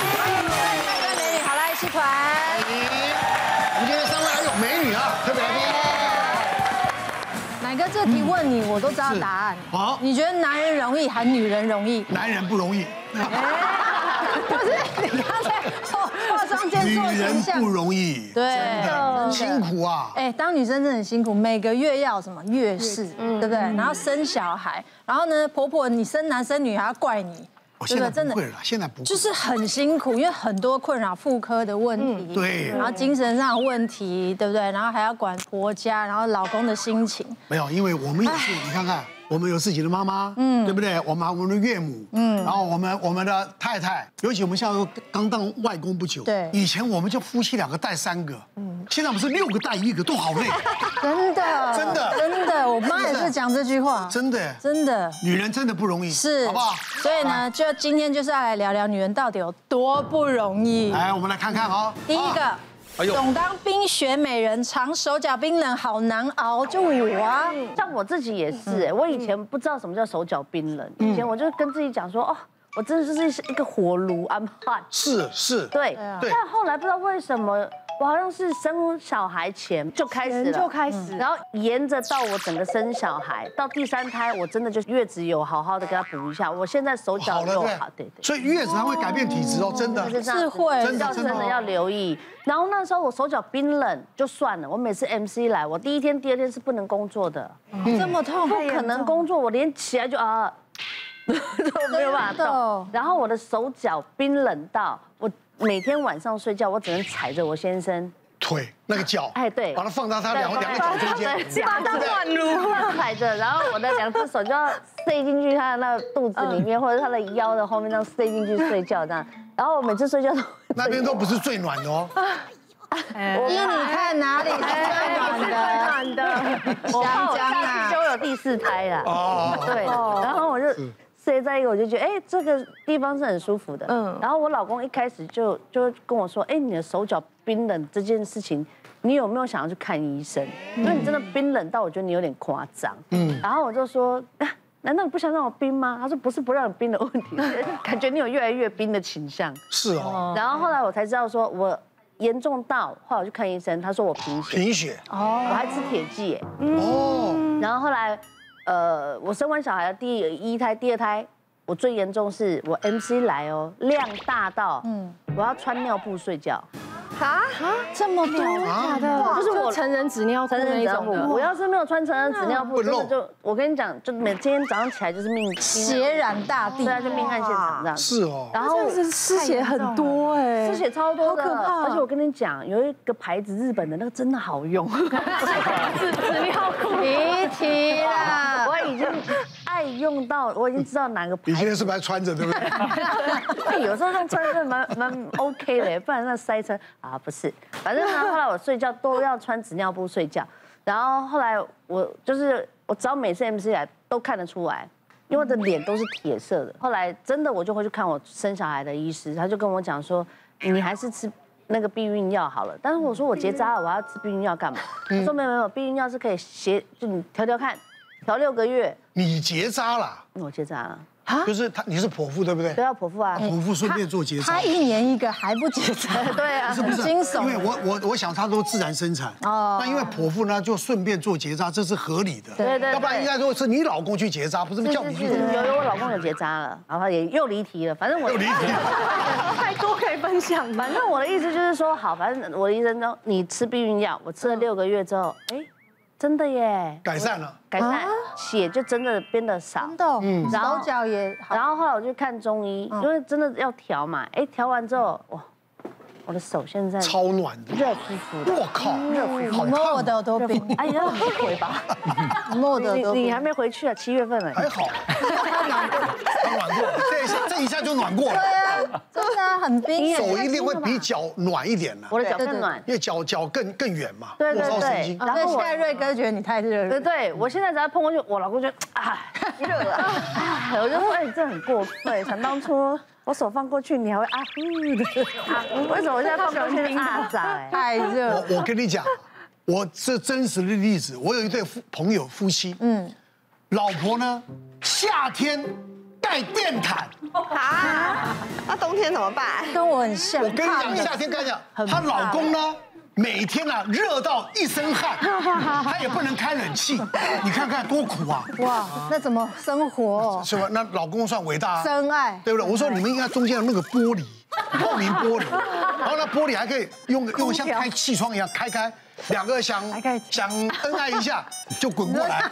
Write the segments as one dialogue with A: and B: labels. A: 啊
B: 的这题问你，我都知道答案。
A: 是好
B: 你觉得男人容易还女人容易？
A: 男人不容易，
B: 不是，你刚才化化妆间
A: 女
B: 做
A: 人
B: 形
A: 不
B: 象。
A: 容易，
B: 对，
A: 辛苦啊。
B: 哎，当女生真的很辛苦，每个月要什么月事，对不对？然后生小孩，然后呢，婆婆你生男生女还要怪你，
A: 我现
B: 对不
A: 在
B: 对？真
A: 不
B: 的
A: 会了，现在不会
B: 就是很辛苦，因为很多困扰妇科的问题，
A: 对
B: 然后精神上的问题，对不对？然后还要管婆家，然后老公的心情，
A: 没有，因为我们也是，你看看，我们有自己的妈妈，嗯，对不对？我们还有我们的岳母，嗯，然后我们我们的太太，尤其我们现在刚当外公不久，
B: 对
A: 以前我们就夫妻两个带三个，嗯，现在我们是六个带一个，都好累，
B: 真的，
A: 真的
B: 真的，我妈也是讲这句话，
A: 真的，
B: 真的
A: 女人真的不容易，
B: 是，
A: 好不好？
B: 所以呢，就今天就是要来聊聊女人到底有多不容易。
A: 来，我们来看看哦，
B: 第一个
A: 啊，
C: 哎呦
B: 总当冰雪美人，常手脚冰冷，好难熬，就我啊。
D: 像我自己也是，欸我以前不知道什么叫手脚冰冷，以前我就跟自己讲说，哦，我真的就是一个火炉，I'm hot。
A: 是是，
D: 对，
A: 对
D: 但后来不知道为什么，我好像是生小孩前就开始了，嗯
E: 就开始，
D: 然后沿着到我整个生小孩到第三胎，我真的就月子有好好的给他补一下，我现在手脚
A: 好了，
D: 又
A: 对
D: 好，对嗯对。
A: 所以月子它会改变体质哦，真的，
D: 这样
B: 是会
D: 子要
A: 真
D: 真
A: 的
D: 的要留意。然后那时候我手脚冰冷就算了，我每次 MC 来，我第一天、第二天是不能工作的，
A: 嗯
B: 这么痛，
D: 不可能工作，我连起来就啊，都没有办
B: 真
D: 法
B: 的
D: 动
B: 哦。
D: 然后我的手脚冰冷到我每天晚上睡觉，我只能踩着我先生，
A: 腿那个脚，
D: 哎对
A: 把它放到他两
D: 对
A: 两个脚中
D: 放
A: 间
D: 在，脚
A: 对不对
D: 踩着，然后我的两只手就要塞进去他的那个肚子里面，或者他的腰的后面，这样塞进去睡觉这样。然后我每次睡觉都
A: 那边都不是最暖的哦。
D: 嗯
B: 因为你看哪里是
A: 哎
B: 最暖的？啊
D: 暖的，我怕我下次就有第四胎啦。
A: 哦
D: 对，然后我就睡在一个，我就觉得哎、这个地方是很舒服的。嗯
E: 嗯，
D: 然后我老公一开始就就跟我说，哎、你的手脚冰冷这件事情。你有没有想要去看医生？因为你真的冰冷到，我觉得你有点夸张。嗯，然后我就说，啊难道你不想让我冰吗？他说不是不让你冰的问题， 感觉你有越来越冰的倾向。
A: 是哦，
D: 然后后来我才知道，说我严重到，后来我去看医生，他说我贫血，
A: 贫血
D: 我还吃铁剂耶。
A: 哦，
D: 然后后来，呃，我生完小孩的第一胎、第二胎，我最严重是我 MC 来哦，量大到，嗯，我要穿尿布睡觉，
B: 这么多
A: 啊，
E: 就是我成人纸尿裤
D: 成
E: 那
D: 人
E: 一
D: 纸尿
E: 种
D: 布。
E: 的。
D: 我要是没有穿成人纸尿布，
A: 会
D: 真
A: 漏
D: 的就我跟你讲，就每天早上起来就是命，
B: 血染大地
D: 对，啊，就命案现场这样。子。
A: 是哦，
D: 然
E: 这
D: 后
E: 样子失血很多哎，
D: 失血超多的，
E: 好可怕啊
D: 而且我跟你讲，有一个牌子日本的那个真的好用，
B: 离题
E: 啊
B: 啦。
D: 我已经爱用到，我已经知道哪个牌
A: 你今
D: 子
A: 天是不是还穿着对不
D: 嗯
A: 对？
D: 那有时候用穿是蛮 蛮 OK 的，不然那塞车啊不是。反正呢，后来我睡觉都要穿纸尿布睡觉，然后后来我就是我只要每次 MC 来都看得出来，因为我的脸都是铁色的。后来真的我就会去看我生小孩的医师，他就跟我讲说，嗯你还是吃。那个避孕药好了，但是我说我结扎了，我要吃避孕药干嘛？他说没有没有，避孕药是可以协，就你调调看，调六个月，
A: 你结扎啦，
D: 我结扎了，
A: 就是他，你是剖腹对不对
D: 不？要剖腹啊，
A: 剖腹顺便做结扎
B: 他，一年一个还不结扎，
D: 对啊，
B: 很惊
A: 因为
B: 悚。
A: 我我我想他都自然生产哦
B: 哦，
A: 那因为剖腹呢就顺便做结扎，这是合理的，
D: 对对
A: 要不然应该说是你老公去结扎，不是叫你去结扎。
D: 有有，我老公有结扎了，然后也又离题了。反正我
A: 又离题
E: 太多可以分享的。
D: 反正我的意思就是说，好，反正我的医生说你吃避孕药，我吃
B: 嗯
D: 了六个月之后，哎，真的耶，
A: 改善了，
D: 改善血就真的变得少。
B: 啊真的哦，
D: 然后
B: 手脚也好。
D: 然后后来我就看中医，
B: 嗯
D: 因为真的要调嘛，哎，调完之后，哇，我的手现在
A: 超暖的，
D: 热乎乎的，嗯
A: 我靠，好
B: 你摸
A: 烫，啊
B: 我的耳朵
D: 热乎
B: 饼
D: 乎，哎呀，你回吧，
B: 你 摸我的耳
D: 你
B: 朵
D: 你
B: 饼
D: 还。没回去啊，七月份了。
A: 还好，他暖 过，这一下这一下就暖过了，
B: 对啊， 真的啊很冰。
A: 手一定会比脚暖一点的，啊
D: 我的脚
B: 对对
D: 更
B: 对
D: 暖，
A: 因为脚脚更更远嘛，
D: 对对
A: 末梢神
D: 对
A: 经，。
D: 然
B: 对，
D: 后
B: 现
D: 我
B: 在瑞哥觉得你太热
D: 对
B: 了。
D: 对，我现在只要碰过去，我老公就 啊热啊，哎我就说哎，这很过分，想当初我手放过去，你还会啊呜的啊呜，为什么我现在放过去啊咋哎？
B: 太热了，
A: 我我跟你讲，我这真实的例子，我有一对夫朋友夫妻，嗯，老婆呢夏天盖电毯，
F: 啊，那冬天怎么办？
B: 跟我很像。
A: 我跟你
B: 怕
A: 讲，
B: 热
A: 夏天盖讲，
B: 很
A: 她老公呢每天啊热到一身汗，他也不能开冷 气，你看看多苦啊！
B: 哇，那怎么生活？
A: 是吧？那老公算伟大、啊，
B: 真爱
A: 对不对？我说你们应该中间有那个玻 璃，透明玻璃，然后那玻璃还可以用用像开气窗一样开开，两个想想恩爱一 下就滚过来，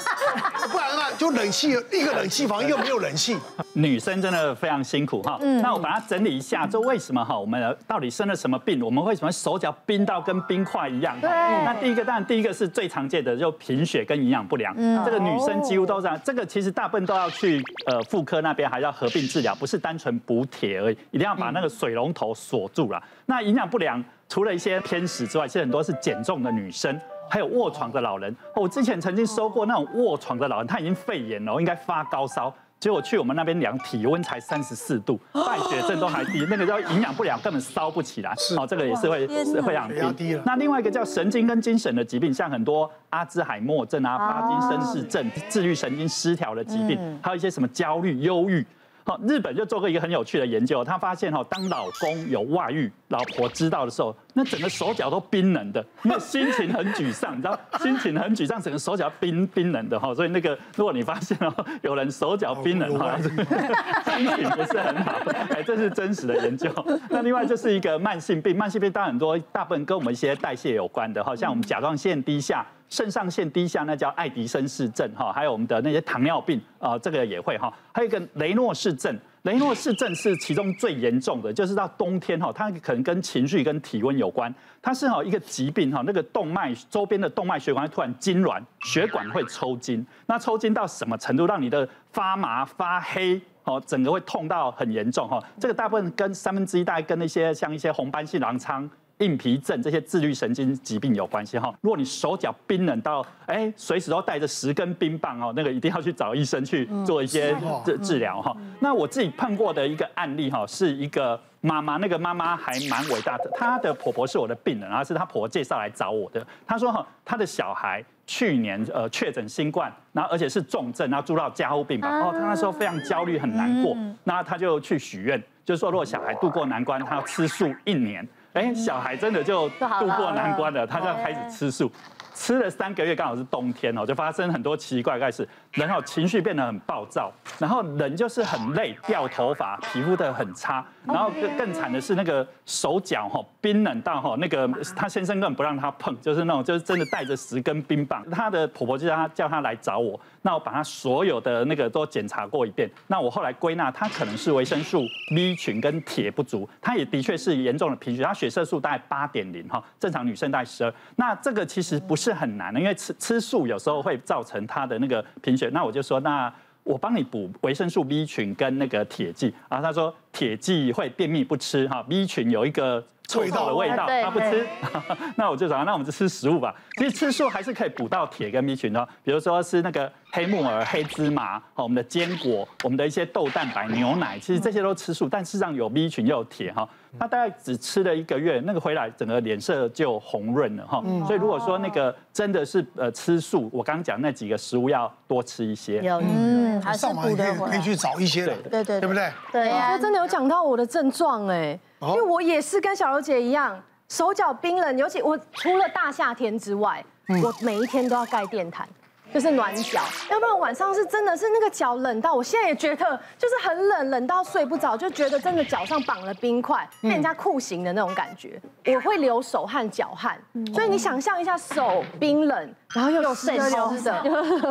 A: 不然啊就冷气一个冷气房又没有冷气，
C: 女生真的非常辛苦哈。那我把它整理一下，这为什么哈？我们到底生了什么病？我们为什么手脚冰到跟冰块一样？对。那第一个当然第一个是最常见的，就贫血跟营养不良。这个女生几乎都是这样。这个其实大部分都要去呃妇科那边，还要合并治疗，不是单纯补铁而已，一定要把那个水龙头锁住了。那营养不良除了一些偏食之外，其实很多是减重的女生。还有卧床的老人，哦我之前曾经收过那种卧床的老人，他已经肺炎了，应该发高烧，结果去我们那边量体温才三十四度，败血症都还低，那个叫营养不良，根本烧不起来。哦，这个也是会是会养
A: 血压低了
C: 那另外一个叫神经跟精神的疾病，像很多阿兹海默症啊、嗯帕金森氏症、自律神经失调的疾病，还有一些什么焦虑、忧郁。好，日本就做过一个很有趣的研究，他发现哈，当老公有外遇，老婆知道的时候，那整个手脚都冰冷的，因为心情很沮丧，你知道，心情很沮丧，整个手脚冰冰冷的哈，所以那个如果你发现哦，有人手脚冰冷哈，心情不是很好， 哎，这是真实的研究。那另外就是一个慢性病，慢性病当然很多，大部分跟我们一些代谢有关的哈，像我们甲状腺低下。肾上腺低下，那叫爱迪生氏症哈，还有我们的那些糖尿病啊、呃，这个也会哈，还有一个雷诺氏症。雷诺氏症是其中最严重的，就是到冬天哈，它可能跟情绪跟体温有关。它是哈一个疾病哈，那个动脉周边的动脉血管会突然痉挛，血管会抽筋。那抽筋到什么程度，让你的发麻发黑？哦，整个会痛到很严重哈。这个大部分跟三分之一大概跟那些像一些红斑性狼疮。硬皮症这些自律神经疾病有关系哈。如果你手脚冰冷到哎，随时都带着十根冰棒哦，那个一定要去找医生去做一些治治疗哈。那我自己碰过的一个案例哈，是一个妈妈，那个妈妈还蛮伟大的，她的婆婆是我的病人，然后是她婆婆介绍来找我的。她说哈，她的小孩去年呃确诊新冠，然后而且是重症，然后住到加护病房，哦，她那时候非常焦虑很难过，那她就去许愿，就是说如果小孩渡过难关，她要吃素一年。哎，小孩真的就渡过难关了，他就要开始吃素，吃了三个月，刚好是冬天哦，就发生很多奇怪怪事，然后情绪变得很暴躁，然后人就是很累，掉头发，皮肤的很差，然后更更惨的是那个手脚哈冰冷到哦哈那个她先生根本不让她碰，就是那种就是真的带着十根冰棒，她的婆婆就叫她叫她来找我，那我把她所有的那个都检查过一遍，那我后来归纳她可能是维生素 B 群跟铁不足，她也的确是严重的贫血，她。血色素大概八点零哈，正常女生大概十二。那这个其实不是很难的，因为吃吃素有时候会造成她的那个贫血。那我就说，那我帮你补维生素 B 群跟那个铁剂。然后他说铁剂会便秘不吃哈，B 群有一个臭臭的味道，
D: 对
C: 他不吃。 那我就想，那我们就吃食物吧。其实吃素还是可以补到铁跟 B 群的，哦比如说是那个黑木耳、黑芝麻，我们的坚果，我们的一些豆蛋白、牛奶，其实这些都吃素，但事实上有 B 群又有铁哈。他大概只吃了一个月，那个回来整个脸色就红润了哈。所以如果说那个真的是呃吃素，我刚刚讲那几个食物要多吃一些。
D: 有
B: 嗯，还是
A: 上网
B: 补
A: 也可
B: 得
A: 以
B: 回
A: 可以
B: 来。
A: 去找一些人，
B: 对对
A: 对不
B: 对
A: 对？
D: 对
E: 我觉
D: 呀
E: 得，真的有讲到我的症状哎，
A: 哦
E: 因为我也是跟小柔姐一样，手脚冰冷，尤其我除了大夏天之外，我每一天都要盖电毯。就是暖脚，要不然晚上是真的是那个脚冷到，我现在也觉得就是很冷，冷到睡不着，就觉得真的脚上绑了冰块，被人家酷刑的那种感觉。我会流手汗、脚汗，所以你想象一下，手冰冷，嗯然后又肾湿的，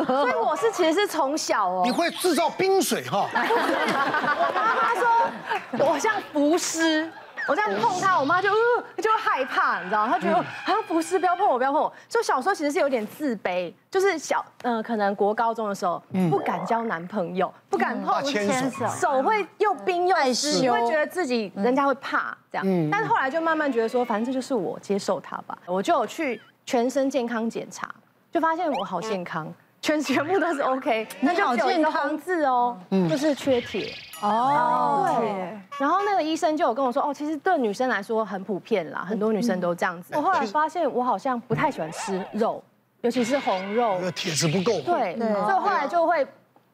E: 所以我是其实是从小哦，
A: 你会制造冰水哈？
B: 哎
E: 我妈妈说我像浮尸，我这样碰她，我妈就呃就会害怕，你知道吗？她觉得啊浮尸不要碰我，不要碰我。所以小时候其实是有点自卑，就是小嗯、呃可能国高中的时候不敢交男朋友，不敢
A: 怕
E: 碰
A: 牵手，
E: 手会又冰又湿，
B: 羞
E: 会觉得自己人家会怕这样。但是后来就慢慢觉得说，反正这就是我，接受它吧。我就有去全身健康检查，就发现我好健康。全全部都是 OK，那就
B: 好
E: 只有一
B: 健
E: 个
B: 康
E: 红字哦，就是缺铁。
B: 哦，
E: 对，然后那个医生就有跟我说，哦，其实对女生来说很普遍啦，很多女生都这样子。我后来发现我好像不太喜欢吃肉，尤其是红肉
A: 那，个铁质不够。
E: 对，所以我后来就会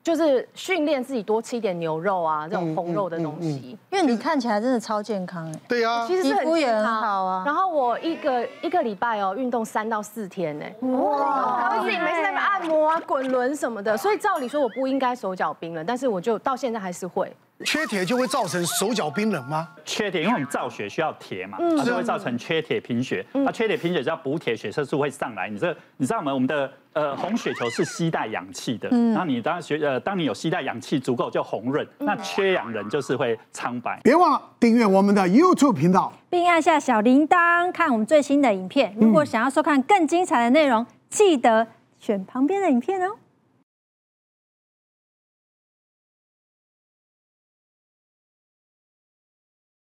E: 就是训练自己多吃一点牛肉啊，这种红肉的东西。
B: 因为你看起来真的超健康哎，
A: 对啊呀，
E: 其实是
B: 皮肤也
E: 健
B: 很
E: 康
B: 好啊
E: 然后我一个一个礼拜哦，运动三到四天呢。哇！
D: 哦
E: 还会自己没事在那边按摩啊、滚轮什么的，所以照理说我不应该手脚冰冷，但是我就到现在还是会。
A: 缺铁就会造成手脚冰冷吗？
C: 缺铁，因为我们造血需要铁嘛，它就会造成缺铁贫血。那缺铁贫血只要补铁，血色素会上来。你这你知道吗？我们的呃红血球是吸带氧气的，那你当然血呃当你有吸带氧气足够就红润，那缺氧人就是会苍白。
F: 别忘了订阅我们的 YouTube 频道。
G: 并按下小铃铛看我们最新的影片。如果想要收看更精彩的内容，记得选旁边的影片哦。